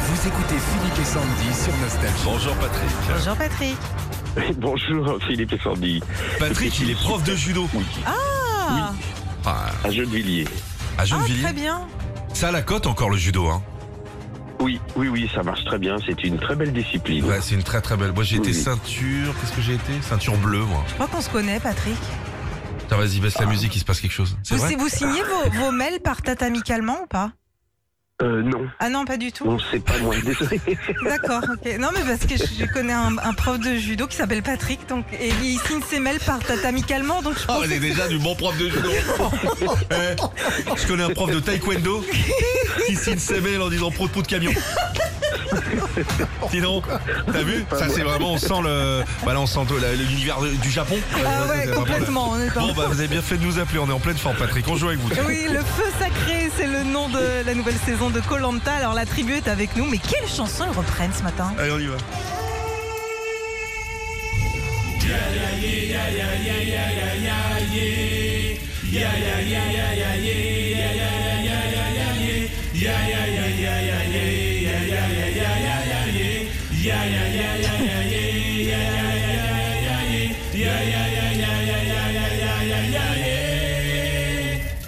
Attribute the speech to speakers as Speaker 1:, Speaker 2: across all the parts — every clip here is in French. Speaker 1: Vous écoutez Philippe et Sandy sur Nostalgie.
Speaker 2: Bonjour Patrick.
Speaker 3: Bonjour Patrick.
Speaker 4: Bonjour Philippe et Sandy,
Speaker 2: Patrick, il est prof de judo.
Speaker 3: Ah,
Speaker 2: Enfin,
Speaker 4: à Gennevilliers.
Speaker 2: à
Speaker 3: ah,
Speaker 2: Gennevilliers.
Speaker 3: très bien.
Speaker 2: Ça a la cote encore le judo. Hein.
Speaker 4: Oui, oui, oui, ça marche très bien, c'est une très belle discipline.
Speaker 2: Ouais, c'est une très très belle. Moi j'ai été
Speaker 4: Oui.
Speaker 2: ceinture. Qu'est-ce que j'ai été Ceinture bleue, moi.
Speaker 3: Je crois qu'on se connaît, Patrick.
Speaker 2: Putain, vas-y, baisse la musique, il se passe quelque chose. Ah. C'est
Speaker 3: Vous,
Speaker 2: vrai
Speaker 3: vous signez vos, vos mails par tatamicalement ou pas
Speaker 4: Euh, non,
Speaker 3: Ah non, pas du tout.
Speaker 4: non, c'est pas moi, désolé.
Speaker 3: D'accord, ok. Non, mais parce que je, je connais un, un prof de judo qui s'appelle Patrick, donc et il signe ses mails par tatamicalement, donc je
Speaker 2: Oh,
Speaker 3: pense
Speaker 2: elle est déjà du bon prof de judo. Eh, je connais un prof de taekwondo qui signe ses mails en disant pro de de camion. Dis donc, t'as vu Ça c'est vraiment, on sent le, bah là on sent le- l'univers du Japon.
Speaker 3: Ah
Speaker 2: C'est
Speaker 3: ouais,
Speaker 2: vraiment-
Speaker 3: complètement, on est dans-
Speaker 2: Bon bah vous avez bien fait de nous appeler, on est en pleine forme Patrick, on joue avec vous.
Speaker 3: Oui, le feu sacré, c'est le nom de la nouvelle saison de Colanta. Alors la tribu est avec nous, mais quelle chanson ils reprennent ce matin
Speaker 2: Allez on y va.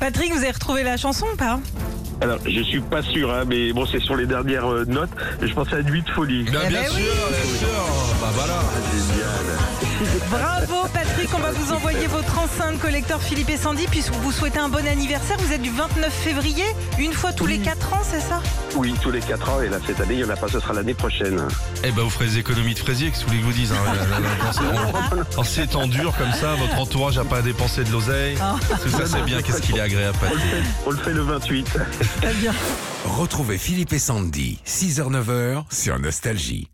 Speaker 3: Patrick, vous avez retrouvé la chanson ou pas
Speaker 4: Alors, je suis pas sûr, hein, mais bon, c'est sur les dernières euh, notes. Je pensais à Nuit de folie.
Speaker 2: Bah,
Speaker 3: Eh
Speaker 2: bien
Speaker 3: ben
Speaker 2: sûr,
Speaker 3: oui.
Speaker 2: bien sûr. Bah voilà.
Speaker 3: Bravo Patrick, on va vous envoyer votre enceinte collecteur Philippe et Sandy puisque vous souhaitez un bon anniversaire. Vous êtes du 29 février, une fois tous les 4 ans, c'est ça
Speaker 4: Oui, tous les 4 ans, et là, cette année, il y en a pas, ce sera l'année prochaine.
Speaker 2: Eh ben vous ferez des économies de fraisier, que ce que vous voulez que je vous dise. hein. Quand c'est- Quand c'est temps dur comme ça, votre entourage a pas à dépenser de l'oseille. Tout ça c'est bien, qu'est-ce qu'il est agréable Patrick.
Speaker 4: On le fait le 28.
Speaker 3: Très bien.
Speaker 1: Retrouvez Philippe et Sandy, 6h-9h sur Nostalgie.